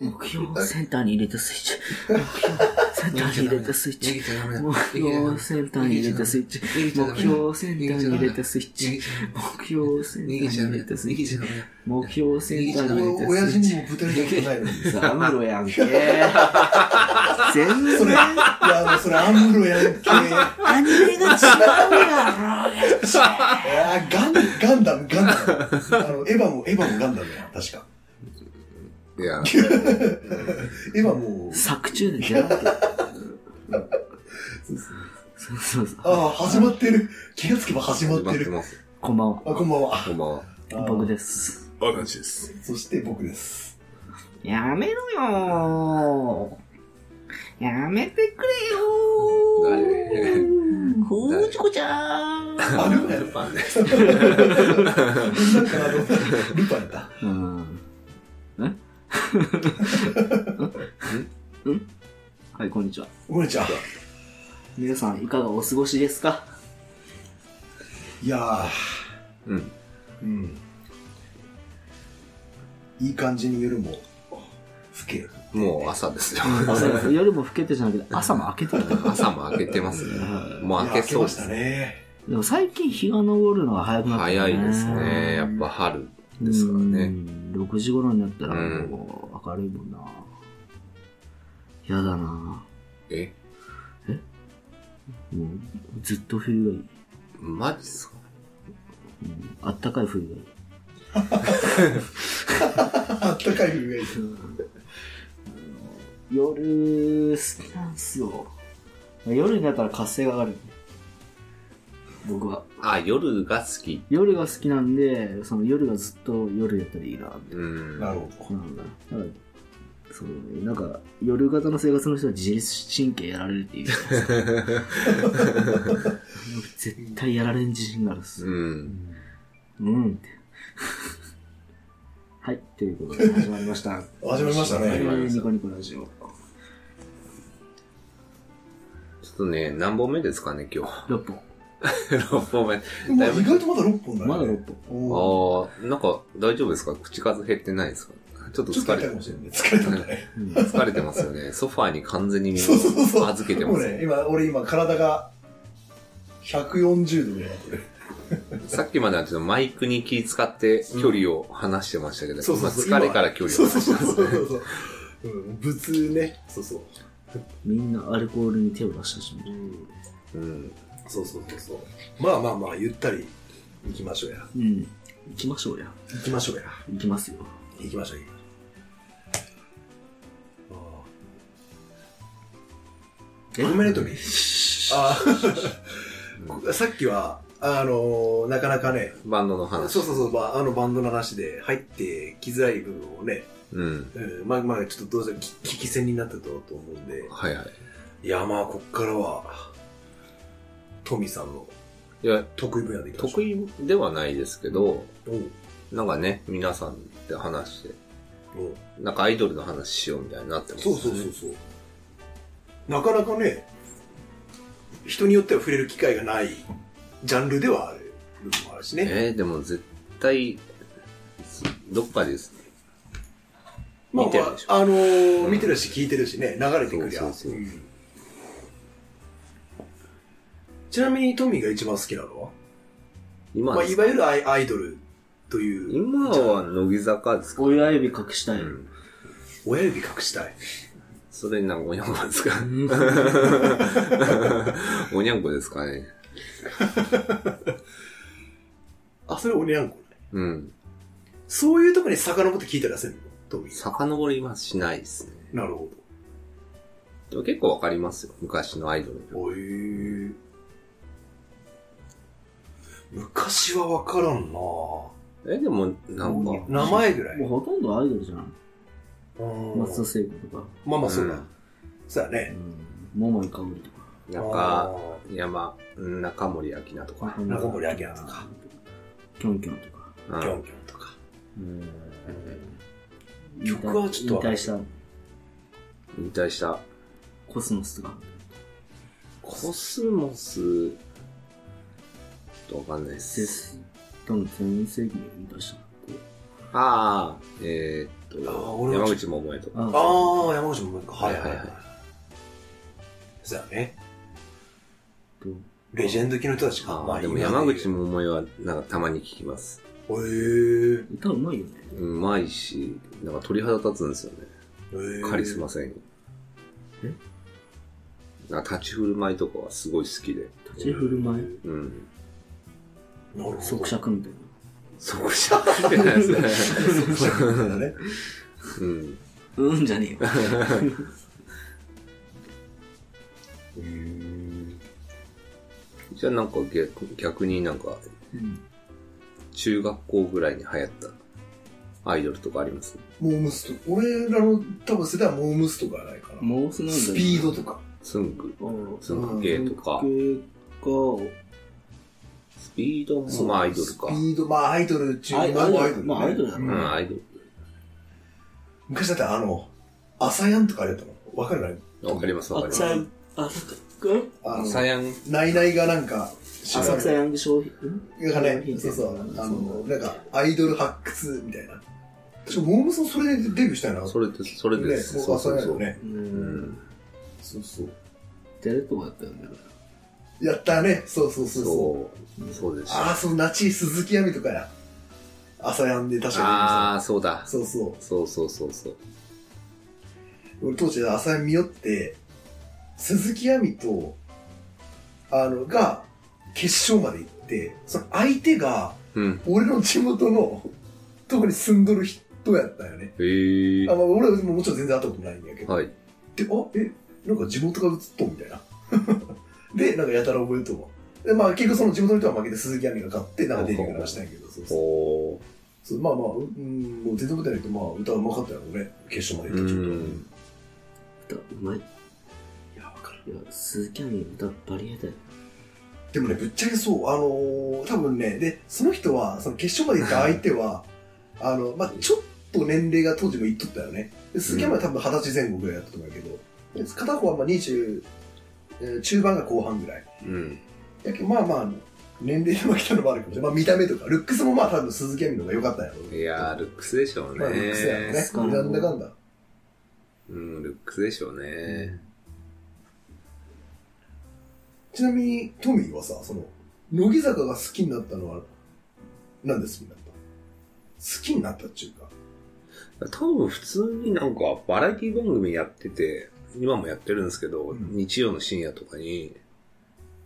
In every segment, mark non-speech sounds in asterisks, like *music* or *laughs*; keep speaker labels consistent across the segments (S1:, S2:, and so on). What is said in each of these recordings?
S1: 目標センターに入れたスイッチ。目標センターに入れたスイッチ。
S2: 逃げちゃダメだ
S1: 目標センターに入れたスイッチ。
S2: 逃げちゃダメ
S1: 目
S2: だ
S1: 標センターに入れたスイッ
S2: 逃げ
S1: チ
S2: ちゃダメ。
S1: 目標センターに
S2: 逃げちゃダ
S1: 入
S2: メ
S1: れ
S2: だ。
S1: たスイ
S2: 逃げ
S1: ッチ
S2: ちゃダ。メだ。
S1: 目標センターに入れ
S2: 親
S1: たスイッ
S2: 父に
S1: チ。
S2: もぶたれたことないのに。い
S1: アムロやんけ。全然
S3: *laughs*
S2: や、もうそれアムロやんけ。あ
S1: アニメが違うやろ。
S2: ーガン、ガンダム、ガンダム。あの、エヴァも、エヴァもガンダムや、確か。
S3: いや、
S2: エヴァも、
S1: 作中で出会 *laughs* って。そうそうそう。
S2: ああ、始まってる。気がつけば始ま
S3: 始
S2: っ
S3: まってて
S2: る。
S3: ます。
S1: こんばんは。
S2: あ、こんばんは。
S3: こんばんは。
S1: 僕です。
S3: 私です。
S2: そして僕です。
S1: やめろよー。やめてくれよ
S3: 誰
S1: ー。ふうじこちゃー
S2: あ、ルパンや
S3: ル
S2: ルパ
S3: パンね。
S2: ン。なんかあの、ルパンやった。
S1: ん。え *laughs* んんはい、こんにちは。
S2: ごめんちゃん。
S1: 皆さん、いかがお過ごしですか
S2: いやー、
S3: うん。
S2: うん。いい感じに夜も、ふけ。
S3: もう朝 *laughs* ですよ。
S1: 夜も更けてじゃなくて、朝も明けてる。
S3: 朝も明けてますね。もう明け
S2: いや
S3: そう
S2: ま
S3: で
S2: した
S3: す。
S2: ね。
S1: でも最近日が昇るのが早くなったね。
S3: 早いですね。やっぱ春ですから
S1: う
S3: ね。
S1: ん。6時頃になったら、
S3: うん
S1: もう明るいもんな。やだなも
S3: え
S1: うずっと冬がいい。
S3: マジっすか
S1: あったかい冬がいい。
S2: あったかい冬がいい。
S1: 夜、好きなんすよ。夜になったら活性が上がる。僕は。
S3: あ、夜が好き。
S1: 夜が好きなんで、その夜がずっと夜やったらいいな、って
S3: うん。
S2: なるほ
S1: そうなんだ。だからそうね、なんか、夜型の生活の人は自律神経やられるっていう。絶対やられん自信があるっす。
S3: うん。
S1: うん *laughs* って。はい、ということで始まりました。
S2: ど。 *laughs* 始まりましたね。
S1: え
S3: 始まりま
S1: ー
S3: した
S1: ニコニコラジオ。
S3: ちょっとね、何本目ですかね、今 *laughs* 日。
S1: 6本。
S3: 6本目。
S2: まあ
S3: だいぶ
S2: 意外とまだ6本だね。
S1: まだ6本。
S2: おー
S3: ああ、なんか大丈夫ですか口数減ってないですかちょっと
S2: ちょっと
S3: 疲
S2: 痛い
S3: れ
S2: かもしれない。疲れたんだね。
S1: うん
S3: 疲れてますよ
S2: *laughs*
S3: ね。ソファーに完全に身
S2: そうそうそうそう。
S3: を預けてま
S2: もう
S3: す。
S2: ね、今、俺今体が140度ぐらいだったね
S3: さっきまではちょっとマイクに気使って距離を離してましたけど、
S2: そうそう
S3: 今
S2: そう。
S3: 疲れから距離
S2: そ
S3: を
S2: うそ
S3: 離して
S2: うそう
S3: ますね。
S2: そうそう。うん、普通ね。そうそう。
S1: みんなアルコールに手を出したしね、
S2: うん。
S3: うん。
S2: そうそうそうそう。まあまあまあ、ゆったり行きましょうや。
S1: うん。行きましょうや。
S2: 行きましょうや。
S1: 行きますよ。
S2: 行きましょう、行きましょう。
S1: え
S2: ごめんね、トミー。あー *laughs* さっきは、あのーなかなかね、
S3: バンドの話。
S2: そうそうそう、ばあのバンドの話で入ってきづらい部分をね、
S3: うん。
S2: うん、まあまあちょっとどうせ聞聞き戦になってたと思うんで、
S3: はいはい。
S2: いやまあこっからは、トミーさんの
S3: いや、
S2: 得意分野でいきましょう。
S3: 得意ではないですけど、
S2: おう
S3: なんかね、皆さんって話して、
S2: おう
S3: なんかアイドルの話しようみたいになってます、
S2: そ
S3: ね。
S2: うそうそうそう。なかなかね、人によっては触れる機会がないジャンルではある部分もあるしね。
S3: えー、でも絶対、どっかですね。
S2: まあ、
S3: 見てるでしょ
S2: あのー
S3: うん
S2: 見てるし聞いてるしね、流れてくりゃ。
S3: そうそうそうん
S2: ちなみにトミーが一番好きなのは、
S3: 今
S2: まあ、
S3: です
S2: い
S3: か、
S2: わゆるアイアイドルという、
S3: 今は乃木坂です
S1: *laughs*
S3: か、
S1: 親指隠したい。
S3: うん、
S2: 親指隠したい。
S3: それになんかおにゃんこですかおにゃんこですかね。
S2: あ、それおにゃんこね。
S3: うん。
S2: そういうとこに遡って聞いたりはせんのトミー。
S3: 遡りはしないですね。
S2: なるほ
S3: でも結構わかりますよ。昔のアイドル。
S2: ど。おえー。昔はわからんな
S3: え、でも、なんか、
S2: 名前ぐら *laughs* い。
S1: もうほとんどアイドルじゃん。
S2: うん
S1: 松田聖子とか、
S2: まあまあそうだ。
S3: うん
S2: そうだ
S1: う
S2: ね。
S1: ん、桃井かおりとか。
S3: なん
S2: あ
S3: か、
S2: ー
S3: 山、中森明菜とか、
S2: 中森明菜とか。
S1: キョンキョンとか。
S3: うん
S2: キョンキョンとか。
S1: 引
S2: 曲
S1: 退
S2: はちょっとわかん
S1: 引退
S2: ない
S1: した
S3: 引退した。
S1: コスモスとか。
S3: コスモス、ちょっとわかんないで。
S1: ですす。多分全盛期に引退した。
S3: ああ、えーっと
S2: あ俺
S3: 山
S2: は
S3: 口百恵とか、
S1: うん
S2: ああ、山口もなんか、はいはい
S3: は
S2: はいい
S3: は。
S2: そうだね。
S1: と
S2: レジェンド級の人たちが。
S3: ああでも山口百恵はなんかたまに聞きます、
S2: も。へ
S1: 歌うまいよね。
S3: うまいしなんか鳥肌立つんですよね
S2: え。
S3: カリスマ性に
S1: え
S3: なんか立ち振る舞いとかはすごい好きで
S1: 立ち振る舞い、
S3: うん
S2: なるほど。
S1: 即尺みたい
S3: そこじゃ聞けない
S2: *laughs*
S3: ですね
S2: だね。
S3: *laughs* うん
S1: な。うんじゃねえよ。
S3: じゃあなんか逆逆になんか
S1: うん
S3: 中学校ぐらいに流行ったアイドルとかあります
S2: モームスと、俺らの多分世代はモームスとかないかな。
S1: モースなんだよ。
S2: スピードとか。
S3: ツング、
S1: ド
S3: ツンク系とか、
S1: 系
S3: スピードもまあアイドルか
S2: ス。ピード、まあアイドル中、
S1: アイ
S2: 今もアイドルね、
S1: まあアイドルだろう
S3: うんん、アイド
S2: 昔だってあの、アサヤンとかあれだったのわかるか
S3: ル。わかります、
S1: か。
S3: わか
S1: あ
S3: り
S1: さ
S3: ま
S1: ん、あさく
S2: なあ
S3: す。サ
S2: の、
S3: ヤン、
S2: ナイナイがなんか、
S1: 浅草ヤング商品。
S2: がね
S1: う、ん
S2: そうそう、あの、なんか、アイドル発掘みたいな。確か、モームスもそれでデビューしたいな。
S3: それです、それ
S2: ね、
S3: です。
S2: もう
S3: そう
S2: 朝
S3: そ
S2: や
S3: う
S2: る
S3: そ
S2: よ
S3: う。
S2: ね。
S1: う。
S3: うんん。
S2: そうそう。
S1: テレ東だったよね。
S2: やったね。そうそうそうそう。
S3: そう、そうです。
S2: ああ、そう、ナチ鈴木亜美とかや。朝やんで確かに
S3: ああ、そうだ。
S2: そうそ
S3: そうそうそうそう。
S2: う。俺当時朝やん見よって、鈴木亜美と、あの、が、決勝まで行って、その相手が、
S3: うん。
S2: 俺の地元の、 *laughs* 特に住んどる人やったよね。
S3: へ
S2: あ
S3: ー
S2: まあ、俺はももちろん全然会ったことないんやけど。
S3: はい。
S2: で、あ、え、なんか地元が映っとんみたいな。 *laughs* で、なんかやたら覚えとるわ。で、まあ結局その地元の人は負けて鈴木亜美が勝って、なんかデビューがしたんやけど、そうそう。
S3: おー。
S2: そうまあまあ、ううん、もう全然覚えてないけど、まあ歌うまかったよね。決勝まで
S3: う
S2: 行ったちょっ
S3: ん。
S2: と。
S1: 歌うまい。い
S2: いや、わかる。
S1: や、鈴木亜美歌バリエだよ。
S2: でもね、ぶっちゃけそう、あのー、多分ね、で、その人は、その決勝まで行った相手
S3: *laughs*
S2: は、あの、まあちょっと年齢が当時もいっとったよね。で鈴木亜美は多分二十歳前後ぐらいだったと思うけど、で片方はまあ20、えー中盤が後半ぐらい。
S3: うん。
S2: だけどまあまあ、年齢で負けたのもあるかもしれない。まあ見た目とか、ルックスもまあ多分鈴木亜美の方が良かったんやろうね
S3: いやー、ルックスでしょうね。
S2: まあルックスやろうね。
S1: うん
S2: なんだかんだ。
S3: うん、ルックスでしょうね。
S2: ちなみに、トミーはさ、その、乃木坂が好きになったのは、なんで好きになった好きになったっていうか。
S3: 多分普通になんかバラエティ番組やってて、今もやってるんですけど、
S2: うん
S3: 日曜の深夜とかに、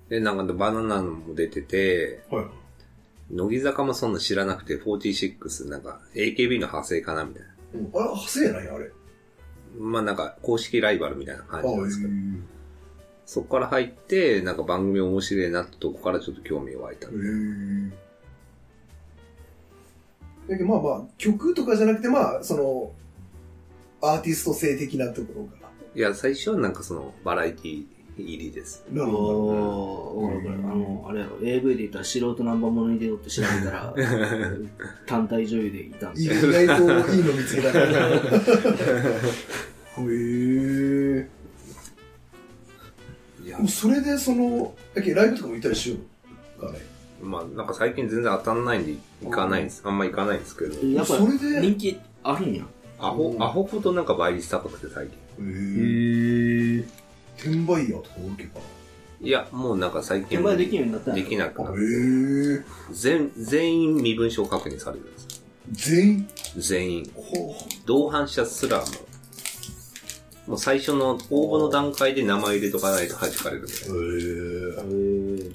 S3: で、なんかバナナも出てて、
S2: はい。
S3: 乃木坂もそんな知らなくて、46、なんか AKB の派生かなみたいな。
S2: うん、あれ、派生やないあれ。
S3: まあなんか公式ライバルみたいな感じなんですけど、
S2: へ
S3: そこから入って、なんか番組面白いなってとこからちょっと興味湧いた。
S2: え。だけどまあまあ、曲とかじゃなくて、まあ、その、アーティスト性的なところが。
S3: いや、最初はなんかそのバラエティ入りです。
S2: な
S1: おー、あの、あれやろ、AV で言ったら素人ナンバーものに出ようって調べた *laughs* ら、単体女優でいたん
S2: 意
S1: で。
S2: 外といいの見つけたから。 *laughs* へえ。
S3: いや
S2: もう、それでその、だけどライブとかも行ったりしようかね。
S3: まあなんか最近全然当たんないんで行かないんです。あんま行かないんですけど。
S1: やっぱ
S2: それで
S1: 人気あるんや。
S3: アホ
S2: う、ん
S3: アホほどなんか倍率高くて最近。
S2: へえ。
S1: へ
S2: 転売ヤーとかおるけか
S3: いや、もうなんか最近。
S1: 転売できるようになったんや
S3: できなくな
S2: な。
S3: っ
S2: へ
S3: て。
S2: え。
S3: 全、全員身分証確認されるんです。
S2: 全員。
S3: 全員。
S2: ほ。
S3: 同伴者すらも、もう最初の応募の段階で名前入れとかないと弾かれるみたいう
S2: へえ。
S1: ー。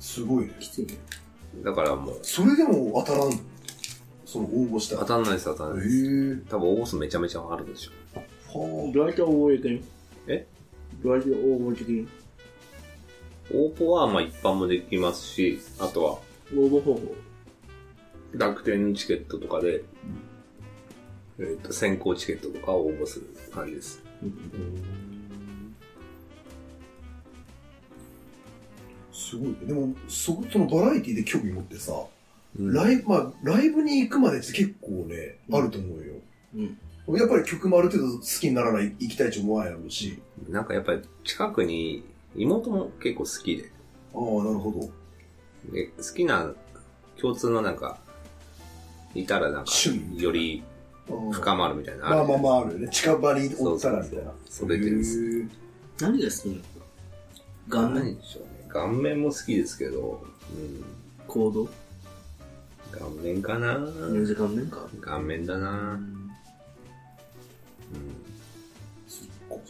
S2: すごいね。
S1: きついね。
S3: な。だからもう、
S2: それでも当たらん。その応募した
S3: 当たんないです、当たんないです。
S2: へえ。
S3: 多分応募数めちゃめちゃあるでしょ。
S2: は
S1: どうやって応募できる
S3: え
S1: どうやって応募できる
S3: 応募はまあ一般もできますし、あとは
S1: 応募方法。
S3: 楽天チケットとかで、えっ、と、先行チケットとかを応募する感じです。
S2: あ。すごいね。でも、そこ、そのバラエティで興味持ってさ、
S3: うん
S2: ライブ、まあ、ライブに行くまでって結構ね、あると思うよ。
S1: うん。
S2: やっぱり曲もある程度好きにならない、行きたいと思わんやろうし。
S3: なんかやっぱり近くに妹も結構好きで、
S2: ああ、なるほど。
S3: で好きな共通のなんか、いたらなんか
S2: 趣、味
S3: より深まるみたいな。
S2: まあまあま
S3: あ
S2: ああるよね。近場におったらみたいな。
S3: る。それでです。
S2: へー
S1: 何が好きなの顔面
S3: 何でしょうね。顔面も好きですけど、うん。
S1: 行動
S3: 顔面かな
S1: 何時間面か
S3: 顔面だ
S1: う
S3: な、
S1: ん
S3: うん、
S2: そっか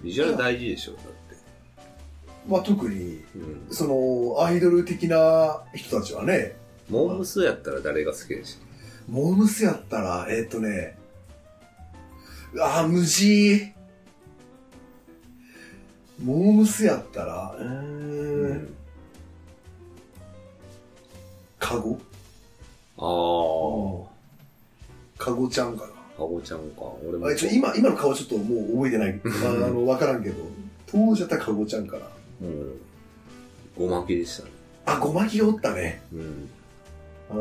S3: ビジュアル大事でしょ、だっ
S2: まあ特に、
S3: て。うん。
S2: その、アイドル的な人たちはね、
S3: モームスやったら誰が好きでし
S2: モームスやったら、えーっ、とね、あー、無事。モームスやったら、う
S3: ょう
S2: ーん、
S3: ん。
S2: カゴ
S3: あー、
S2: カゴちゃんか
S3: かごちゃんか。俺
S2: な。
S3: も
S2: あ、ちょ、今、今の顔ちょっともう覚えてない。あーあの、わからんけど、当時やったらカゴちゃんかな。
S3: うん。ごまきでしたね。
S2: あ、ゴマキがおったね。
S3: うん。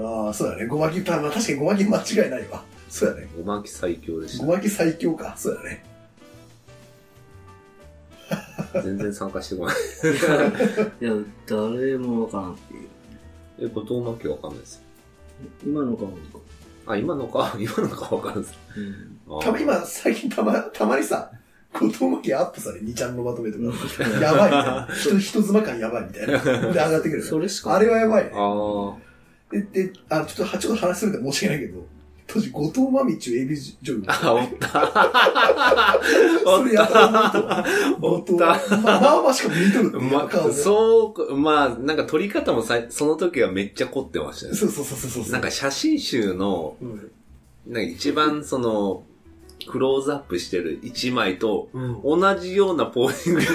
S2: ああ、そうだね。ゴマキ、たまあ確かにゴマキ間違いないわ。そうだね。
S3: ごまき最強でし
S2: ゴマキ最強か。そうだね。
S3: た。全然参加してこない。 *laughs*
S1: いや、誰もわからんっていう。
S3: え、後藤真希わかんないです。
S1: 今の顔面か。
S3: あ、今のか、 *laughs* 今のかわかるんです。
S1: うん。
S3: あー
S2: たま、今、最近たま、たまにさ、後藤真希アップされ、2ちゃんのまとめとか。やばいみたいな。人、人妻感やばいみたいな。で、上がってくるよ
S1: そ
S2: ね。
S1: れしか。
S2: あれはやばい
S3: あ
S2: ね。 *laughs*
S3: ー
S2: で、で、あの、ちょっとは、ちょっと話するんで申し訳ないけど、当時、後藤真美っちゅう AB 女優。
S3: あ、おった。
S2: それやったら覚えとるわ
S3: おっ
S2: 後藤、ま
S3: た
S2: あまあまあしか見とるっていう
S3: ま
S2: 顔、そう
S3: そう、まあ、なんか撮り方もさい、その時はめっちゃ凝ってましたね。
S2: そうそうそうそう。
S3: なんか写真集の、
S2: うん、
S3: なんか一番その、クローズアップしてる一枚と、同じようなポージングで、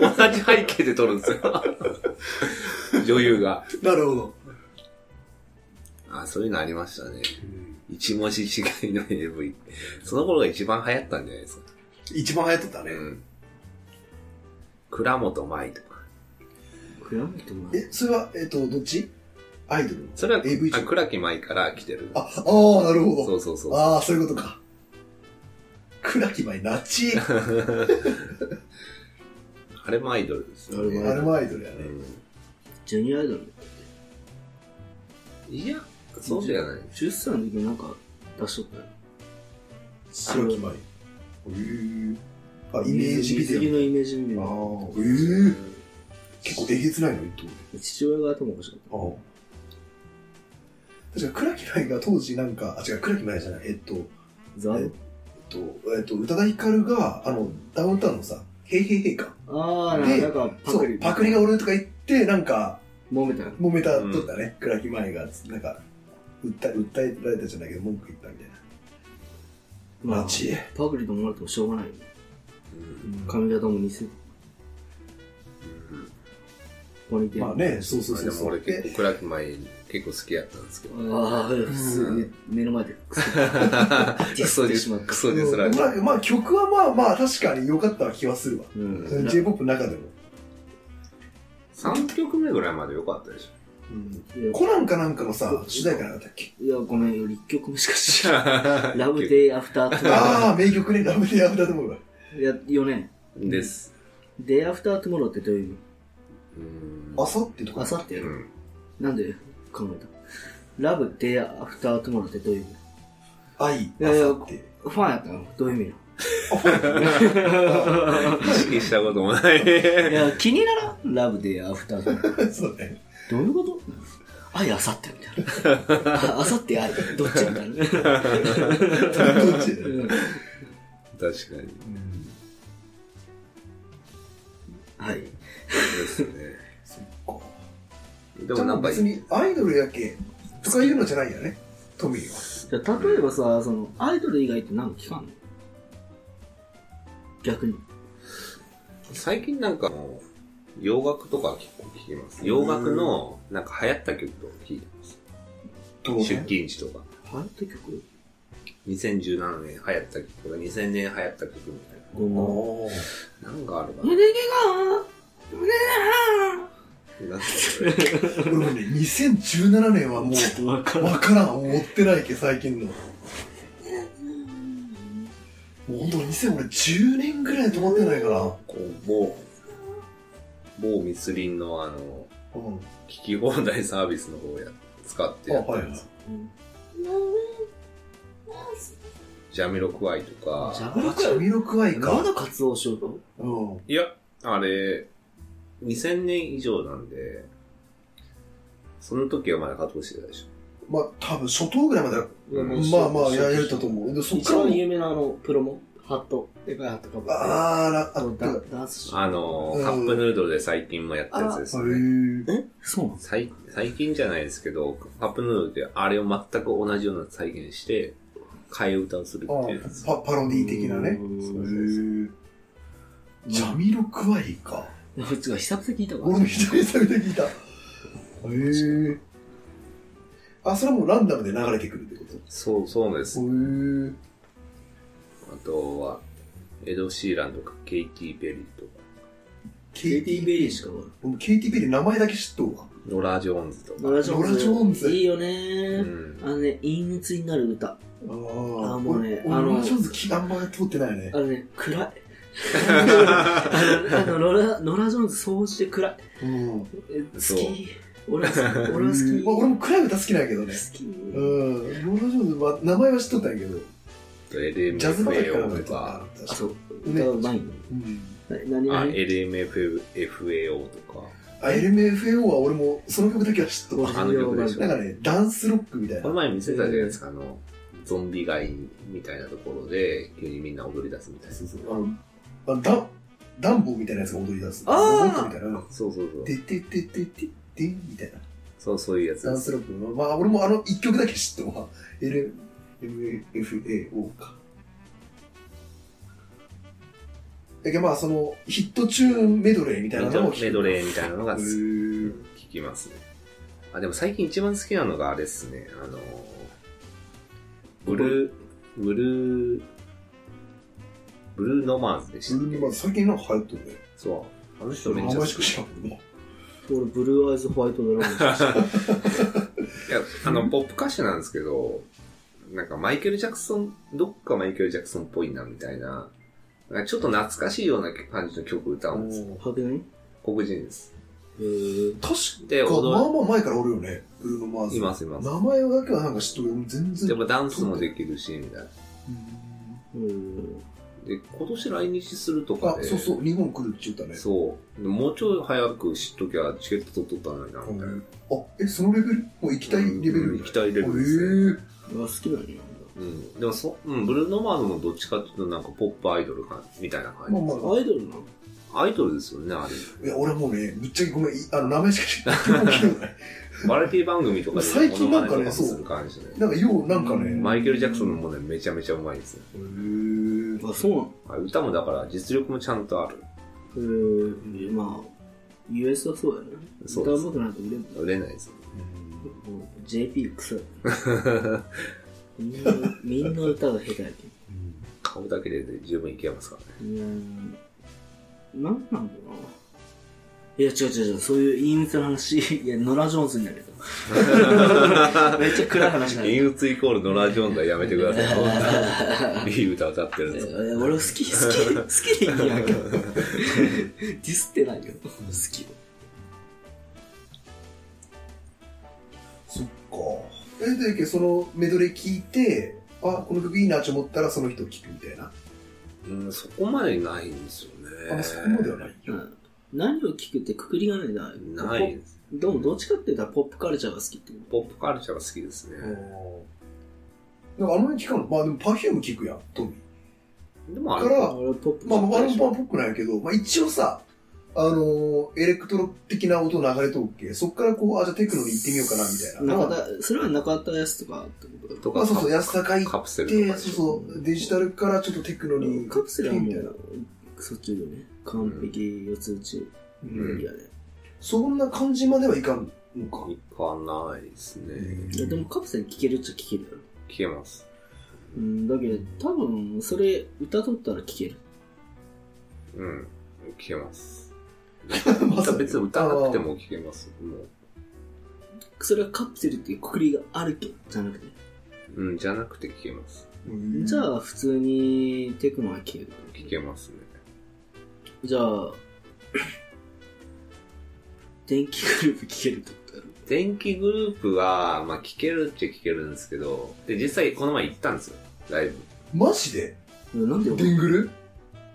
S3: 同じ背景で撮るんですよ。 *laughs* 女優が。
S2: なるほど。
S3: あ、そういうのありましたね。一文字違いの AV。その頃が一番流行ったんじゃないですか。
S2: 一番流行っとったね
S3: う。ん。倉本舞とか。
S1: クラムってもない
S2: え、それは、えっ、と、どっちアイドル
S3: それは、
S2: AV
S3: あ倉木舞から来てる。
S2: あ、ああ、なるほど。
S3: そうそうそう。
S2: ああ、そういうことか。倉木舞なち。あ
S3: あれもアイドルですよ、
S1: あ
S3: ね。
S2: れもアイドルや
S3: う
S2: ね。
S3: ん
S1: ジュニアアイドル。
S3: いや、そうじゃない。
S1: 10歳の時になんか出しとったよ。
S2: 倉木舞。へえ。あ、イメージビ
S1: 水着
S2: デ
S1: のイメージビデ
S2: オ。ああ
S1: オ。、
S2: ええ結構えげつないの一
S1: 父親が頭おかしかっ。
S2: 頭で。ああ。確か倉木舞が当時なんか、あ、違う、倉木舞じゃない。えっと、えった
S1: ザー
S2: と、えっと、宇多田ヒカルが、あの、ダウンタウンのさ、へいへいへいか。
S1: ドああ、
S2: で
S1: なんかパ
S2: そ
S1: クリ。
S2: う、パクリが俺とか言って、なんか、
S1: 揉めたよ。
S2: 揉めたとったね。倉木舞が、なんか、訴え、訴えられたじゃないけど、文句言ったみたいな。
S1: まあ
S2: マ、ジ
S1: パクリと思われてもしょうがないよ。
S3: うん
S1: 髪型も似せ、ポニーテール
S2: まあ。ね、そうそう
S3: まあでも
S2: そうそう。
S3: 俺結
S2: で
S3: 構暗く前結構好きやったんですけど。
S1: ああ、普通に目の前でクソディスってしまった
S3: クソディスられ
S2: まあ、
S3: た。
S2: まあ、曲はまあまあ確かに良かった気はするわ。
S1: うん
S2: J-POP の中でも。
S3: 3曲目ぐらいまで良かったでし
S2: コナンかなんかのさ、主題歌なかったっけ
S1: いや、ごめんよ、一曲目しか知
S3: ょ
S1: らん。。
S2: *laughs*
S1: ラブデイアフタートゥモ
S2: ああ、名曲ね、ラブディアフターと思うわ。
S1: ロー。いや、4年。
S3: です。
S1: デイアフタートゥモローってどういう
S3: うん
S2: あさってと
S1: 意味あ
S2: か。
S1: さってや
S3: う
S1: る。
S3: ん
S1: なんで考えたラブデイアフタートゥモローってどういう意味
S2: 愛、あ
S1: やいや
S2: さって。 *laughs*
S1: ファンやったのどういう意味
S3: 意識したこともない。
S1: なのいや、気にならんラブデイアフタートゥモロー。
S2: そうね。
S1: どういうこと愛あさってみたいな。ああさって愛。どっちみたいな。
S2: どっち
S1: うん
S3: 確かに。
S1: はい。
S3: ですね。
S2: そっか。
S3: でもなんか、
S2: 別にアイドルやけとかいうのじゃないよね、トミーは。
S1: じゃあ例えばさ、その、アイドル以外って何か聞かんの逆に。
S3: 最近なんかもう、洋楽とか結構聴きます。洋楽の、なんか流行った曲とか聴いてます。
S2: ど
S3: 出勤時とか。
S1: 流行った曲
S3: 2017年流行った曲とか、2000年流行った曲みたい
S1: どんな
S2: おー
S3: な。なんかあるか
S1: 胸毛が胸
S3: な。なんかそれ
S2: 俺もね、2017年はもう、
S1: がわか
S2: わからん、追ってないけ、最近の。もうほんと2010年ぐらいで止まってないかな。
S3: こう、某、某密林のあの、
S2: うん。
S3: 聞き放題サービスの方や、使って
S2: あ、
S3: やって
S2: は
S3: る
S2: い
S3: ん
S2: は
S3: で
S2: い
S3: す。。ジャミロクワイと
S1: ジ
S3: か、
S1: ャブロ
S2: ジャ
S1: ク
S2: ミロクワイ
S1: ま
S2: か。
S1: だ活動しようと
S2: うん。
S3: いや、あれ、2000年以上なんで、その時はまだ加藤してたでし
S2: まあ、多分初頭ぐらいまでは、
S3: ょ。うん
S2: まあまあ、やれたと思う。で、そっ
S1: 一
S2: から
S1: 番
S2: も、
S1: 有名なあの、プロモ、ハット、でかいハットかぶって。
S2: あーら、あ
S1: あの、
S2: っ
S1: ダ
S2: た。
S1: ダンスし
S3: あのー、カップヌードルで最近もやったやつです
S2: あ
S3: ね。
S2: れ
S1: そうなん
S3: 最最近じゃないですけど、カップヌードルであれを全く同じような再現して、替え歌をするっていうやつ。
S2: パパロディ的なね。へージャミロクワイか。
S1: でも違う、久々聞いたわ
S2: 俺。も左久々聞いた。へえ。あ、それはもうランダムで流れてくるってこと
S3: そう、そうなんです。
S2: へ
S3: あとは、エド・シーランとか、ケイティ・ベリーとか、
S1: ケイティ・ベリー
S2: ー。
S1: しかわか
S2: 俺もケイティ・ベリー名前だけ知っとうわ。
S3: ノラ・ジョーンズと
S1: ら
S3: か。
S1: ない。
S2: ノラジョーンズ
S1: いいよね
S3: う
S1: ー。
S3: ん
S1: あ。のね、陰鬱になる歌。
S2: あ
S1: あ
S2: ー
S1: もうね
S2: 俺
S1: あの
S2: 俺ちょっと気あんまり通ってないよね
S1: あ。のね、暗
S2: *laughs*
S1: い。あの、あのロラ、ノラ・ジョーンズ、総じて暗い。
S2: うん。
S1: え
S3: そう
S1: 好き。俺
S2: *laughs*
S1: は好き。俺は好
S2: うん
S1: き。
S2: まあ、俺も暗い歌好きなんやけどね。
S1: 好き。
S2: うん。ローラ・ジョーンズは、名前は知っとったんやけど、ジャズバトルから
S3: LMFAO とか、
S2: だ
S1: あ、そう。
S2: ね
S1: 歌うまいの。
S2: うん。
S1: な何
S3: あ
S1: 々
S3: LMFAO とか。
S2: あ、LMFAO は俺も、その曲だけは知っと
S1: 50
S2: っ
S3: あの曲でしょ
S2: た。なんかね、ダンスロックみたい
S3: こ
S2: な。
S3: の前見せたじゃないですか、あの、ゾンビ街みたいなところで、急にみんな踊り出すみたいな。
S2: そうそう。あの、あダン、ダンボみたいなやつが踊り出す。
S1: あー
S2: ロボットみたいな。
S3: そうそうそう。
S2: ててててててみたいな。
S3: そう、そういうやつ
S2: ダ
S3: で
S2: ンス
S3: す。
S2: ロックの。まあ、俺もあの一曲だけ知ってるわ。LMFAO か。だけどまあ、その、ヒットチューンメドレーみたいなのも
S3: メド
S2: ー。
S3: レーみたいなのが
S2: へ
S3: 聞
S2: ー
S3: きますね。あ、でも最近一番好きなのがあれですね、あの、ブルー、ブルー、ブルーノマーズでし
S2: そ
S3: た
S2: れ
S3: っ
S2: で
S3: け
S2: まあ最近なんか流行ってるね。
S3: そう。あの人
S2: 名
S3: めっちゃ
S2: 前
S3: 好
S2: し
S3: き
S2: か。知らんもんね。
S1: 俺、ブルーアイズ・ホワイト・ドラゴン。
S3: *laughs* いや、あの、ポップ歌手なんですけど、なんかマイケル・ジャクソン、どっかマイケル・ジャクソンっぽいな、みたいな。なんかちょっと懐かしいような感じの曲歌うんです。
S1: 白人
S3: 黒人です。
S1: へー
S3: で、
S2: 確か、まあ
S3: 踊
S2: まあ前からおるよね。ブルーノ・マー
S3: る。
S2: ズ。
S3: います、います。
S2: 名前だけはなんか知っとるけど俺全然。
S3: でもダンスもできるし、みたいな。
S2: うん
S1: うん。
S3: で、今年来日するとか
S2: あ、
S3: で。
S2: そうそう、日本来るって言ったね。
S3: そう。でもうちょい早く知っときゃチケット取っとったのにな、みたいな。
S2: あ、え、そのレベルもう行きたいレベル
S3: うん行きたいレベルですね
S2: へ
S1: 俺は好きなのよ。
S3: うん。でもそ、うん、ブルーノマーズもどっちかっていうとなんかポップアイドルか、みたいな感
S2: え
S3: じ。
S2: まあまあ、
S1: アイドルなの
S3: アイドルですよね、あれ。
S2: いや、俺はもうね、ぶっちゃけごめん、いあの、名前しか知
S3: *laughs*
S2: らない。
S3: バラエティ番組とかで
S2: 最近なんかね
S3: モノマネともする感じで
S2: なんか、よう、なんかね。
S3: マイケル・ジャクソンのもね、めちゃめちゃうまいんですよ。
S2: へ
S1: あ、そうなの
S3: あ歌もだから実力もちゃんとある。
S1: えー、まあ、US はそうだよね。
S3: そう
S1: 歌
S3: で
S1: う
S3: す
S1: まくないと売れんの
S3: 売れないですよ。
S1: もう JP クソや
S3: *laughs*
S1: なみんな、みんな歌が下手やけ
S3: 顔だけで、十分いけますから
S2: *laughs*
S3: ね。
S1: ん。いやーなんなんだろうな。いや、違う違う違う、そういう陰鬱な話、いや、ノラ・ジョーンズにな
S3: *laughs*
S1: るどめっちゃ暗い話になる。
S3: 陰鬱イコールノラ・ジョーンズはやめてくだ
S2: *laughs*
S3: さい。いい歌歌ってるん
S1: え
S3: ですよ。
S1: ー *laughs* 俺好き、好き、好きでいいやんけど。ディスってないよ。好きよ。
S2: そっか。え、で、けそのメドレー聞いて、あ、この曲いいなと思ったら、その人を聞くみたいな。
S3: うん、そこまでないんですよね。
S2: あ、そこまではないよ。
S1: うん何を聞くってくくりがないな。
S3: ないです。
S1: でもどっちかって言ったらポップカルチャーが好きってこ
S3: ポップカルチャーが好きですね。
S2: なんか、あの辺聞かんのまあ、でも、パフューム聞くやん、トミー。
S3: でもあ
S2: か
S3: れ、
S2: ら
S1: と。俺ポップ
S2: まあ、ワン
S1: でし
S2: パ
S1: ょ
S2: ンっぽくないけど、まあ、一応さ、あのーエレクトロ的な音流れとっけ、そっからこう、あ、じゃあテクノに行ってみようかな、みたいな。
S1: 中田、それは中田康とかってことだ
S3: と
S2: まあ、
S3: か、
S2: そうそう、安さ買いっ
S3: カプセルと
S2: て、
S3: かでし
S2: そ
S3: ょ。
S2: うそう、デジタルからちょっとテクノに。
S1: カプセルはも
S2: みたいな
S1: う、そっちよね。完璧四つ打ち。
S2: うん
S1: いやね。
S2: そんな感じまではいかんのか。
S3: *laughs* いかないですね。
S1: いやでもカプセル聴けるっちゃ聴けるやろ。
S3: 消えます。
S1: うん、だけど多分、それ歌取ったら聴ける。
S3: うん、聞けます。
S2: まさに
S3: 別に歌わなくても聞けます。もう。
S1: それはカプセルっていうくくりがあるけど、じゃなくて。
S3: うん、じゃなくて聞けます。
S2: うん
S1: じゃあ、普通にテクノは聴ける。
S3: 聞けますね。
S1: じゃあ、電気グループ聴けるってことやろ。
S3: 電気グループは、まあ聞けるっちゃ聞けるんですけど、で、実際この前行ったんですよ。ライブ。
S2: マジで
S1: なんで
S2: ディングル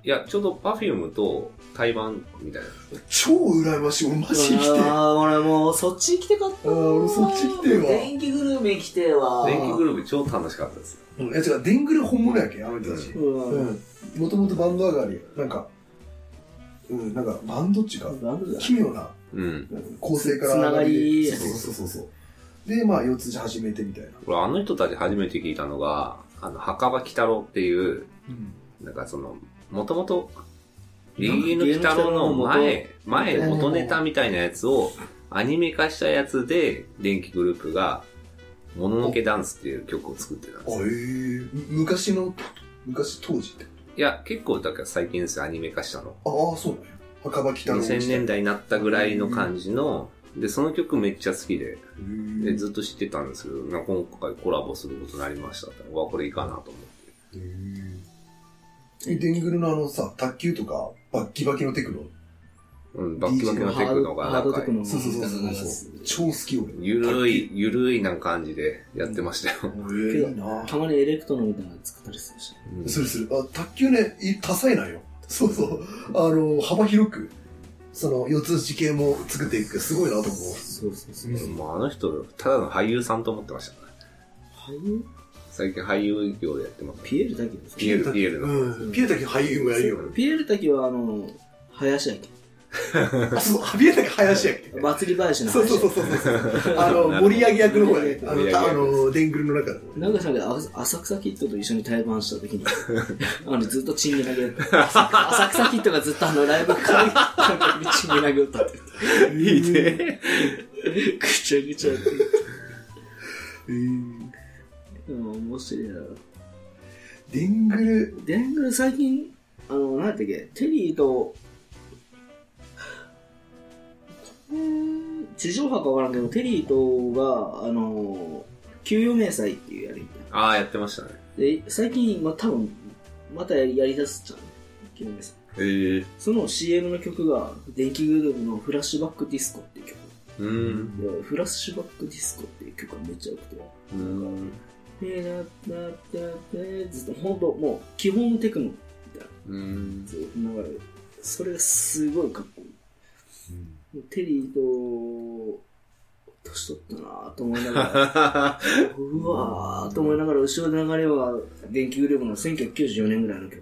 S3: いや、ちょうど Perfume と台湾みたいな。
S2: 超羨ましい。俺マジで来て。
S1: ああ、俺もうそっち行きたかったな
S2: あー俺そっち行きてえわ
S1: 電気グルメ行きてえわ。
S3: 電気グループ超楽しかったですよ。
S2: うんいや違う、ディングル本物やけん、あの人たち。
S1: う。
S2: うんん。もともとバンド上がりや。なんか、うん、なんかバンドっちゅうか、
S1: なんでだ
S2: 奇妙な
S3: うん。
S2: 構成から
S1: つながり
S2: そうそうそうそう。で、まあ、四つ字始めてみたいな。
S3: 俺、あの人たち初めて聞いたのが、あの、墓場鬼太郎っていう、なんかその、もともと、リーの鬼太郎の前、前、元ネタみたいなやつをアニメ化したやつで、電気グループが、もののけダンスっていう曲を作ってたん
S2: あ、
S3: で
S2: ええ
S3: すよ。
S2: む昔の、昔当時って。
S3: いや、結構だから最近ですよ、アニメ化したの。
S2: ああ、そうなんや。墓場北の
S3: 2000年代になったぐらいの感じの、で、その曲めっちゃ好きで、
S2: へ
S3: で
S2: え
S3: ずっと知ってたんですけど、な今回コラボすることになりましたって。うわ、これいいかなと思って。
S2: へえデングルのあのさ、卓球とか、バッキバキのテクノ。
S3: うん、バッキバキのテクノが、
S1: ハ
S3: な
S1: ード
S3: ん
S1: テ
S3: か
S1: ク、ノ
S2: そうそうそうそうそう。超好き俺。
S3: ゆるい、ゆるいなんか感じでやってましたよ。
S2: ええいいな
S1: たまにエレクトロみたいなの作ったりするし。
S3: うん
S2: するする。あ、卓球ね、い多彩なんよ。そうそう。あの、幅広く、その、四つ打ち系も作っていく。すごいなと思う。
S1: そうそうそう。
S3: もうあの人、ただの俳優さんと思ってましたからね。
S1: 俳優
S3: 最近俳優業でやってます。
S1: ピエールだけです
S3: ピエール、ピエールの。
S2: うん。ピエタキ俳優もやるよ。
S1: ピエール滝はあの、林やっ
S2: あ、そう、ピエタキ林やっけ
S1: け。祭り
S3: *laughs*
S1: 林の
S2: そう
S1: 林
S2: そうそうそうそう。あの、盛り上げ役の方やね。あ
S3: 盛り上
S2: の、
S3: げ役
S2: たあの、デングルの中で。
S1: なんかさんがあ浅草キッドと一緒に対バンした時
S2: *laughs*
S1: に、あの、ずっとチンゲ投げ浅草キッドがずっとあの、ライブ会感覚にチンゲ投げ打ったって
S3: いいね。
S1: 言って。ぐちゃぐちゃって言って。
S2: うん
S1: でも面白いな。
S2: デングル、
S1: デングル最近、あの、何やったっけ、テリーと、えー地上波かわからんけど、テリーとが、あの、給与明細っていうやりみたいな。
S3: *laughs* ああ、やってましたね。
S1: で、最近、まあ、多分、またやりやりだすじゃん。給与明細。
S3: へえ。
S1: その CM の曲が、電気グループのフラッシュバックディスコっていう曲。
S3: うん。
S1: でフラッシュバックディスコっていう曲がめっちゃ良くて。
S3: うん。
S1: ペラッペラッペラッペラッずっと、ほんと、もう、基本のテクノ
S3: うん。 *laughs*
S1: ずっと流れる。それがすごいかっこいい。テリーと、年取ったなぁと思いながら、
S3: *laughs*
S1: うわぁと思いながら、後ろで流れは、電気グループの1994年ぐらいの曲。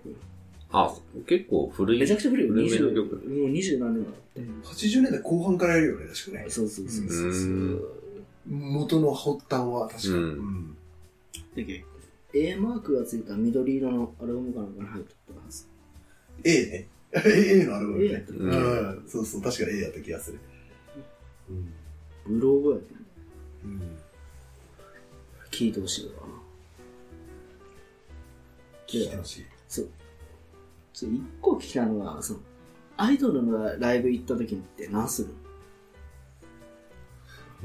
S3: あ、結構古い。
S1: めちゃくちゃ古いよ。
S3: 古めの
S1: 20
S3: 曲。
S1: もう20何年だって。
S2: 80年代後半からやるよね、確かね。
S1: そうそうそうそうそううん
S2: 元の発端は、確
S3: うん。
S2: かにうん。
S1: A マークがついた緑色のアルバムかなんかに入ってたはず。
S2: A ね。A のアルバム
S1: A やっ
S2: ね。
S1: た
S3: う
S1: ブ
S3: ん
S2: うん。そうそう、確かに A やった気がする。うん。
S1: ローボやった
S2: うん
S1: 聞いてほしいわ。
S2: 聞いてほしい。
S1: そう。ちょ一個聞きたいのが、その、アイドルのライブ行った時にって何する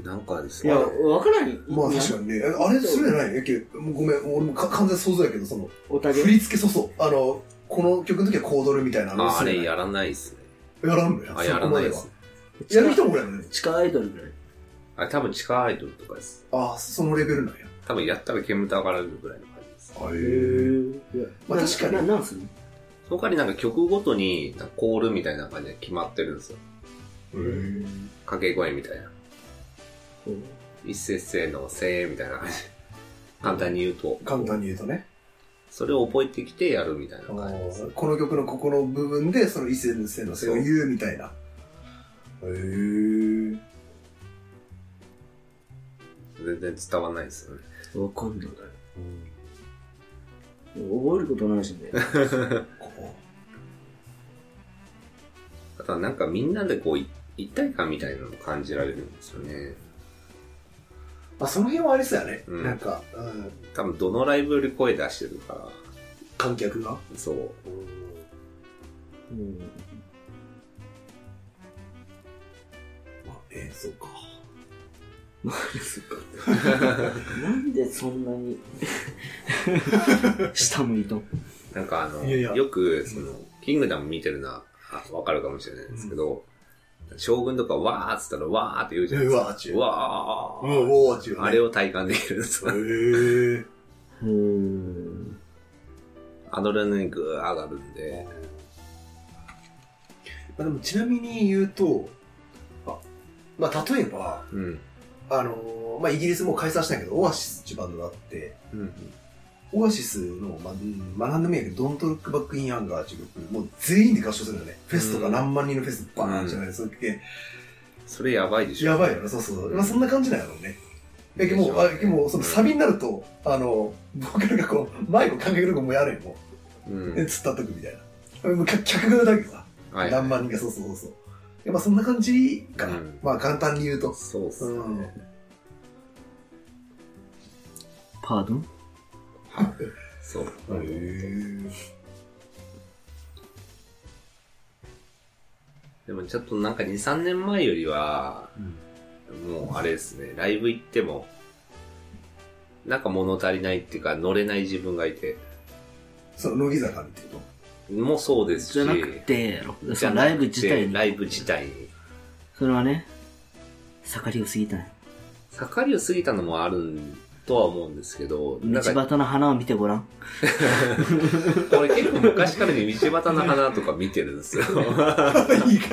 S1: の
S3: なんかです
S1: い
S3: ね
S1: や、。わからんよ。
S2: まあ確かにね。あれ、それじゃないやけもうごめん、俺もか完全想像やけど、その、
S1: おたげ
S2: 振。り付け、そうそう。あの、この曲の時はコードルみたいな
S3: ああれ
S2: や
S3: やらないっすね。
S2: やらんのや。
S3: あ、やらないっす。
S1: 地
S2: やる
S1: 下
S2: 人もぐらいのね。
S1: 地下アイドルぐらい。
S3: あ、多分地下アイドルとかです。
S2: ああ、そのレベルなんや。
S3: 多分やったら煙たがられるぐらいの感じです。
S1: へ
S2: あ
S1: え。
S2: まあ確かに
S1: な、ななんするの
S3: その代わりなんか曲ごとになんかコールみたいな感じで決まってるんですよ。
S2: え。
S3: 掛け声みたいな。
S1: こう
S3: 一節せーのせーみたいな感じ。簡単に言うと。
S2: 簡単に言うとね。
S3: それを覚えてきてやるみたいな
S2: あ
S3: 感じです。
S2: のこの曲のここの部分で、その一線の線の線を言うみたいな。へえ。
S3: 全然伝わんないですよね。
S1: わかんない。覚えることないしね。
S2: こ
S3: あとはなんかみんなでこうい一体感みたいなのを感じられるんですよね。
S2: うあ、その辺はあれですよね。
S3: うん
S2: なんか、うん
S3: 多分どのライブより声出してるか
S2: 観客が。
S3: ら、そう。
S1: うん。
S2: まあね、そうか。
S1: なんでそんなに下向いとん
S3: なんかあの、
S2: いやいや
S3: よく、その、キングダム見てるのは、あわかるかもしれないですけど、将軍とかわーっつったらわーって言うじゃないうですか。
S2: わーっちゅう。
S3: わ
S2: う
S3: ー
S2: ん、ウォーチューね。
S3: あれを体感できるんですよ。
S2: へえ。
S1: うーん
S3: アドレナリング上がるんで、
S2: まあ、でもちなみに言うと、あまあ、例えば、
S3: うん。
S2: あのーまあ、イギリスもう解散したんやけど、オアシスっていうバンドがあって、
S3: うん。
S2: オアシスの、まあ、うんまあ、なんでもいいんやけど、Don't Look Back in Anger っていう曲、もう全員で合唱するんだよね。フェスとか何万人のフェスバーンじゃない、そういう系。
S3: それやばいでしょ。
S2: やばいよな、そうそう。まあ、そんな感じなんやろうね。え、
S3: で
S2: で
S3: しょ
S2: も、あでも、そのサビになると、あの、僕らがこう、マイクを感覚とかもうやるよ、も
S3: うん
S2: う。で、。突っ立っとくみたいな。もう客客が歌うけどさ、
S3: はい。
S2: 何万人か、そうそうそうそう。でまあ、そんな感じかな。
S3: うん
S2: まあ、簡単に言うと。
S3: そうっす
S2: う
S3: ね。
S2: ん。
S1: パードン
S3: そう。
S2: へー
S3: でもちょっとなんか2、3年前よりは、もうあれですね、ライブ行っても、なんか物足りないっていうか、乗れない自分がいて、
S2: その、乃木坂にってこ
S3: もうそうですし、
S1: じゃなくてやろ
S3: じ
S1: そ
S3: ゃ
S1: の
S3: なくて
S1: ライブ自体に
S3: ライブ自体に。
S1: それはね盛りを過ぎたね
S3: 盛りを過ぎたのもあるとは思うんですけ
S1: 道
S3: ど、なんか、
S1: 端の花を見てごらん
S3: 俺結構昔からね、道端の花とか見てるんで
S1: *laughs*
S3: すよ。
S2: と。意
S3: *laughs*
S2: 外と見て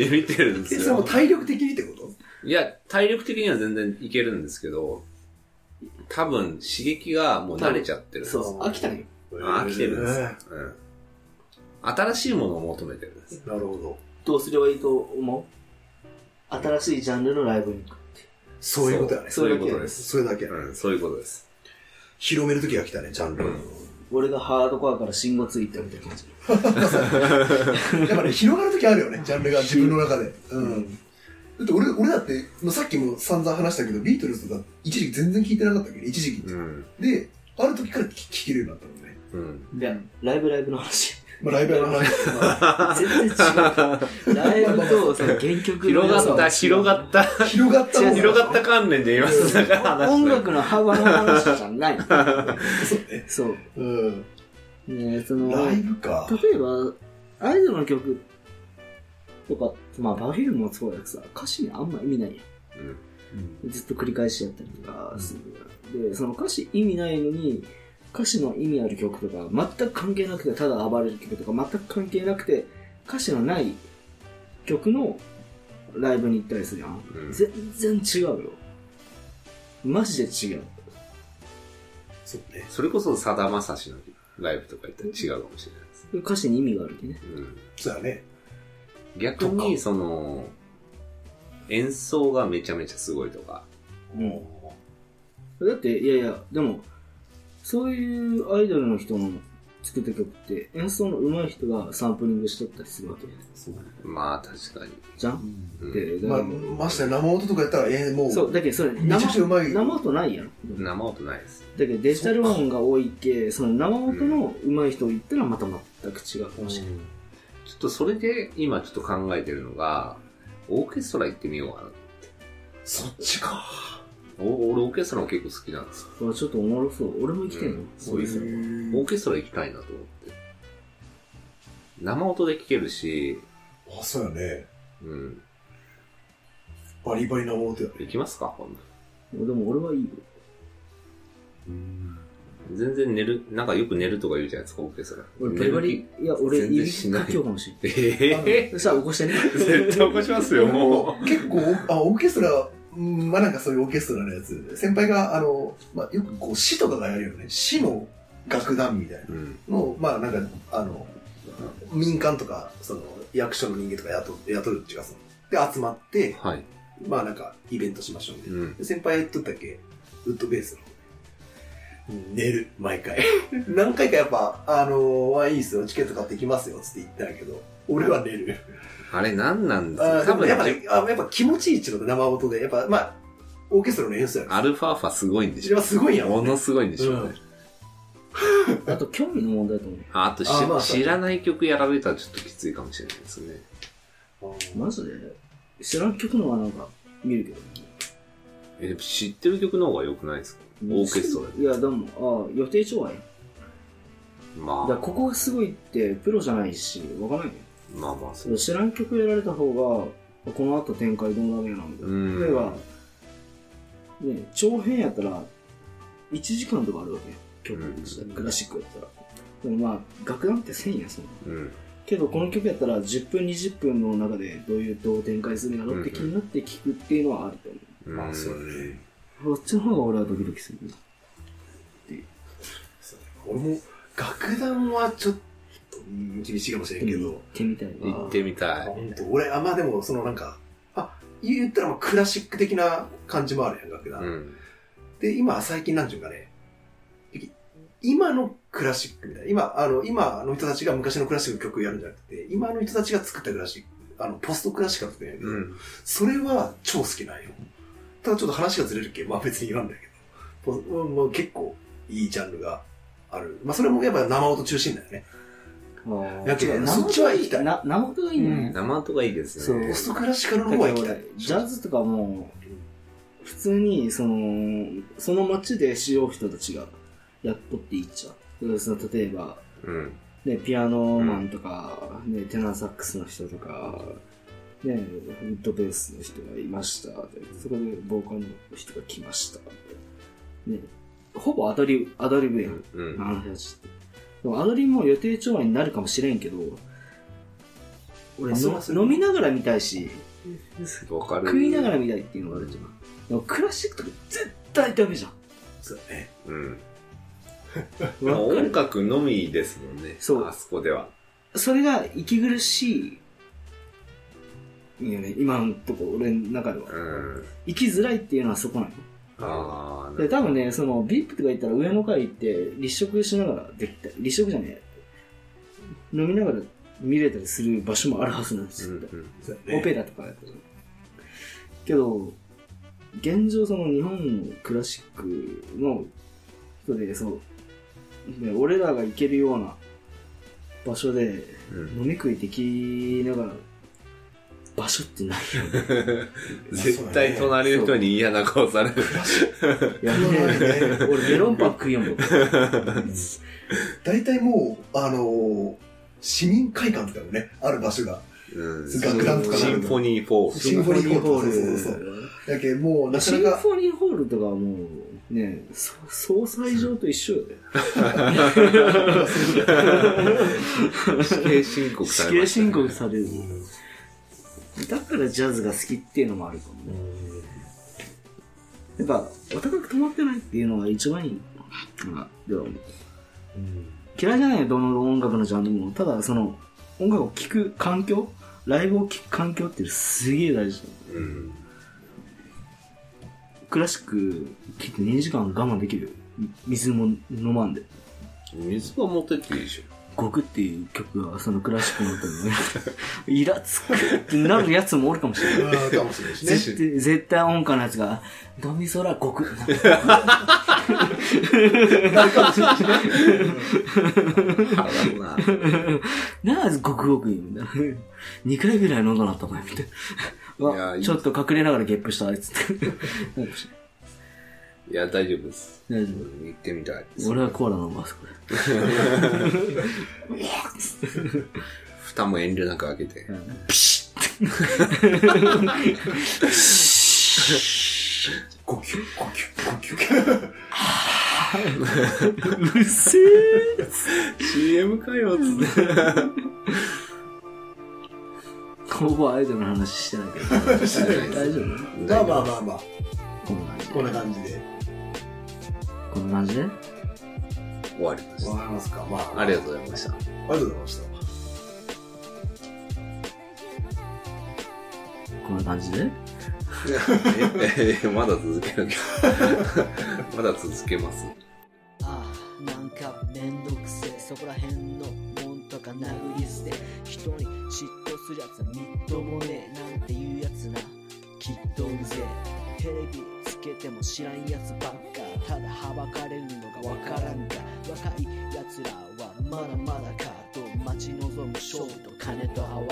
S2: て
S3: 見てるんです
S2: え、それも
S3: よ。
S2: 体力的にってこと
S3: いや、体力的には全然いけるんですけど、多分刺激がもう慣れちゃってるんです
S1: そう飽きたね
S3: 飽きてるんですよ
S2: ね。
S3: うん新しいものを求めてるんです。
S2: なるほど。
S1: どうすればいいと思う新しいジャンルのライブに行く
S2: そういうことやね。
S3: そういうことです。
S2: それだけ。
S3: うん、そういうことです。
S2: 広めるときが来たね、ジャンルを。
S1: 俺がハードコアから信号ついたみたいな感じ
S2: やっぱね、広がるときあるよね、ジャンルが自分の中で。うん。だって俺、俺だって、まあさっきも散々話したけど、ビートルズとか一時期全然聞いてなかったけど、一時期って。
S3: うん。
S2: で、ある時から聞聞けるようになったのね。
S1: *laughs*
S3: うん。
S1: でライブライブの話
S2: まあ、ライブの話とか、
S1: 全然違うライブとその原曲の
S3: 広
S1: 良
S3: が
S1: さは
S3: った、
S1: 違う
S3: 広がった、
S2: 広がったもんだ
S3: 広がった関連で今、だから話
S1: 音
S3: して
S1: 楽の幅の話じゃない
S2: そうね。
S1: そう
S2: うん。
S1: ねその
S2: ライブか。
S1: 例えばアイドルの曲とかまあ Perfume もそうやけどさ歌詞にあんま意味ないや
S3: うん
S1: んずっと繰り返しやったりとかするやんでその歌詞意味ないのに歌詞の意味ある曲とか全く関係なくてただ暴れる曲とか全く関係なくて歌詞のない曲のライブに行ったりするやん
S3: うん
S1: 全然違うよマジで違う
S2: そうね。
S3: それこそさだまさしのライブとか行ったら違うかもしれないです。
S1: 歌詞に意味があるけね
S3: うん。
S2: そうだね。
S3: 逆に、その、演奏がめちゃめちゃすごいとか。
S1: うんだって、いやいや、でも、そういうアイドルの人の作った曲って、演奏の上手い人がサンプリングしとったりするわけ
S2: そうね。
S3: まあ、確かに。
S1: じゃん、
S3: うん
S1: で、だか
S2: まあ、
S1: ら
S2: ましてや生音とかやったら、えー、もう、
S1: そう、だけどそれ、
S2: めちゃくち
S1: 生
S2: ゃうまい。
S1: 生音ないやろ。だ
S3: 生音ないです。
S1: けどデジタル音が多いけ、その生音の上手い人を言ったらまた全く違うかもしれない。
S3: ちょっとそれで今ちょっと考えてるのが、オーケストラ行ってみようかな。
S2: そっちか。
S3: お俺オーケストラも結構好きなんですよ。
S1: これちょっとおもろそう。俺も生きてんの、
S3: うんそうですよ
S2: へー
S3: オーケストラ行きたいなと思って。生音で聴けるし、
S2: あ、そうやね。
S3: うん。
S2: バリバリなものだよ。
S3: 行きますか今度
S1: でも俺はいいよ。
S3: 全然寝る、なんかよく寝るとか言うじゃないですか、オーケストラ。
S1: 俺バリバ
S3: 寝る
S1: リ、いや、俺、
S3: 全然しない
S1: 指かもしれない。
S3: 気。え
S1: そしたら起こしてね。
S3: ー、絶対起こします
S2: *laughs*
S3: よ、も
S2: 結構、あ、オーケストラ、うんまあなんかそういうオーケストラのやつ。先輩が、あの、まあよくこう、詩とかがやるよね。詩の楽団みたいな
S3: う。うん。
S2: のを、まあなんか、あの、民間とか、その、役所の人間とか雇雇うっていうか、その、で、集まって、
S3: はい。
S2: まあなんか、イベントしましょうみたいな。
S3: うん。
S2: で先輩やっとったっけウッドベースの。寝る、毎回。 *laughs* 何回かやっぱ、あのー、あいいっすよ、チケット買ってきますよ、つって言ったんやけど、俺は寝る。
S3: あれ何なんですか
S2: あーで
S3: 多
S2: も
S3: 分
S2: やっぱね、あやっぱ気持ちいいっちゅうのが生音で、やっぱ、まあ、オーケストラの演奏やから。
S3: アルファーファすごいんで
S2: そ
S3: し
S2: れ
S3: ょ
S2: はすごいんや
S3: も
S2: もんね。
S3: のすごいんでしょうね。
S1: あと、興味の問題だと思
S3: ああとし
S2: あまあ
S3: 知らない曲やられたらちょっときついかもしれないですね。
S1: う。マジで知らん曲のはなんか見るけど。
S3: え、知ってる曲の方が良くないですかオーケストラで。
S1: いや、でも、ああ、予定調和や。だ
S3: ま
S1: から
S3: あ、
S1: ここがすごいって、プロじゃないし、わからないよ
S3: まあまあ、そ
S1: そうれ。知らん曲やられた方が、この後展開どうなるんやな、みたい
S3: うん
S1: な。例えば、ね、長編やったら、1時間とかあるわけよ。曲にしたら、
S3: うん
S1: クラシックやったら。でもまあ、楽団って1000やその。
S3: うん。
S1: けどこの曲やったら10分20分の中でどういうどう展開するんやろって気になって聞くっていうのはあると思
S3: うん
S2: まあそうだね。
S1: う。こっちの方が俺はドキドキする。
S2: そうだね俺も、楽団はちょっと、うん厳しいかもしれんけ
S1: 行
S2: ど
S1: っ、てみたいな。
S3: 行ってみたい。
S2: 本当俺、あ、まあでも、そのなんか、あ、言ったらまあクラシック的な感じもあるやん、楽団。
S3: うん。
S2: で、今、最近なんちゅうかね、今のクラシックみたいな、今、あの、今の人たちが昔のクラシックの曲やるんじゃなくて、今の人たちが作ったクラシック、あの、ポストクラシカルってやるけど、
S3: うん。
S2: それは超好きなんよ。ただちょっと話がずれるけ、まあ別に言わんだけど、ポもう結構いいジャンルがある。まあそれもやっぱ生音中心だよね。
S1: あ
S2: やけど
S1: ー
S2: そっちは行きたい
S1: な生音がいいね。
S3: 生音がいいですよね。
S2: ポ
S1: そ
S2: ストクラシカルの方が行きたい。
S1: ジャズとかも、普通に、その、その街で使用人たちがやっとっていいっちゃう。その例えば、
S3: うん。
S1: ね、ピアノマンとか、ね、テナーサックスの人とか、ね、ウッドベースの人がいました。でそこでボーカルの人が来ました。ね、ほぼアドリブ、アドリブやん。
S3: う
S1: あ
S3: ん。
S1: の話って。でもアドリブも予定調和になるかもしれんけど、俺
S2: あ
S1: の
S2: そうだそうだ
S1: 飲みながら見たいし、
S3: わかる。
S1: 食いながら見たいっていうのがあるじゃん。でもクラシックとか絶対ダメじゃん。
S2: そうだね。
S3: うん。まあ
S1: わか
S3: 音
S1: る
S3: 楽のみですもんね。
S1: そう
S3: あそこでは。
S1: それが息苦しい。いいよね。今のとこ俺の中では
S3: う。ん。
S1: 生きづらいっていうのはそこなの。
S3: ああ、
S1: で、多分ね、その、ビップとか言ったら上の階行って立食しながらできた立食じゃねえ。飲みながら見れたりする場所もあるはずなんです
S3: う
S1: よ。
S3: ん
S2: そうだね
S1: オペラとかやったら。けど、現状その日本のクラシックの人で、そう、ね、俺らが行けるような場所で
S3: うん。うん。
S1: 飲み食いできながら、場所ってないよね。
S3: 絶対隣の人に嫌な顔される。
S1: や
S2: そうだ
S1: べ
S2: ね
S1: え俺メロンパン食いよ
S2: *laughs*
S1: んもん。
S2: 大体もう、あのー市民会館とかもね、ある場所が。
S3: うん。
S2: 楽団とかな
S3: シ
S2: る
S3: ン
S2: と
S3: フォニー4。
S2: シンフォニーホール
S1: シンフォニー
S2: そうそ
S1: ホー
S2: う
S1: ル
S2: だけどもう、なか
S1: シン
S2: なか、
S1: フォニーホールとかはもう、ね、そ総裁場と一緒よ
S2: *laughs*
S1: ね。
S3: 死刑申告さ
S1: 死刑
S3: れましたね
S1: 申告される。だからジャズが好きっていうのもあるかもね。やっぱ、お高く止まってないっていうのが一番いいのかな。でも嫌いじゃないよ、どの音楽のジャンルも。ただ、その、音楽を聴く環境ライブを聴く環境ってすげえ大事だ。
S3: うん。
S1: クラシック聴いて2時間我慢できるよ。水も飲まんで。
S3: 水は持ってっていいでし
S1: 極っていう曲がそのクラシックの歌でね、 *laughs* イラつくってなるやつもおるかもしれない。
S2: うんかもしれないしね。
S1: 絶対絶対音感のやつが、ドミソラ極。
S3: ょ。腹立つな。
S1: なぜごくごくいいみたいな。2回ぐらい飲んだなったお前みたいな。
S3: いや
S1: わ
S3: いい
S1: ちょっと隠れながらゲップしたあいつって。 *laughs* なんか
S3: いや、大丈夫です。
S1: 大丈夫
S3: うん行ってみたいです。
S1: 俺はコーラ飲ます、こ
S3: 蓋も遠慮なく開けて。
S1: れ。
S2: 呼吸、呼吸、呼吸。
S1: うっせー
S3: CM かよ、つって。
S1: ほぼアイドルの話してないけど。大丈夫
S2: *laughs* まあまあまあまあ、
S1: こんな感じ。
S2: こんな感じで。
S1: こんな感じで
S3: 終わりまし
S2: わかりますかま
S3: た。
S2: あ、
S3: ありが
S2: う。
S3: とうございました。
S2: ありがとうございました。
S1: こんな感じで
S3: *laughs* ええまだ続けるんだ *laughs* まだ続けます
S4: ああなんかめんどくせえそこらへんのもんとか殴り捨て人に嫉妬するやつはみっともねえなんていうやつなきっとうぜえテレビつけても知らんやつばっかただはばかれるのがわからんか若いやつらはまだまだかと待ち望む勝負と金と泡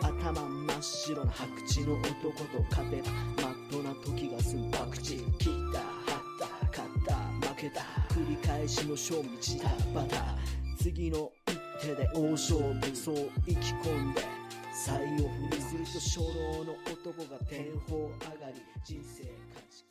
S4: 頭真っ白な白痴の男と勝てばまっとな時が済む博打切った張った勝った負けた繰り返しの勝負チタバタ次の一手で大勝負そう意気込んで才を振りすると初老の男が天保上がり人生価値観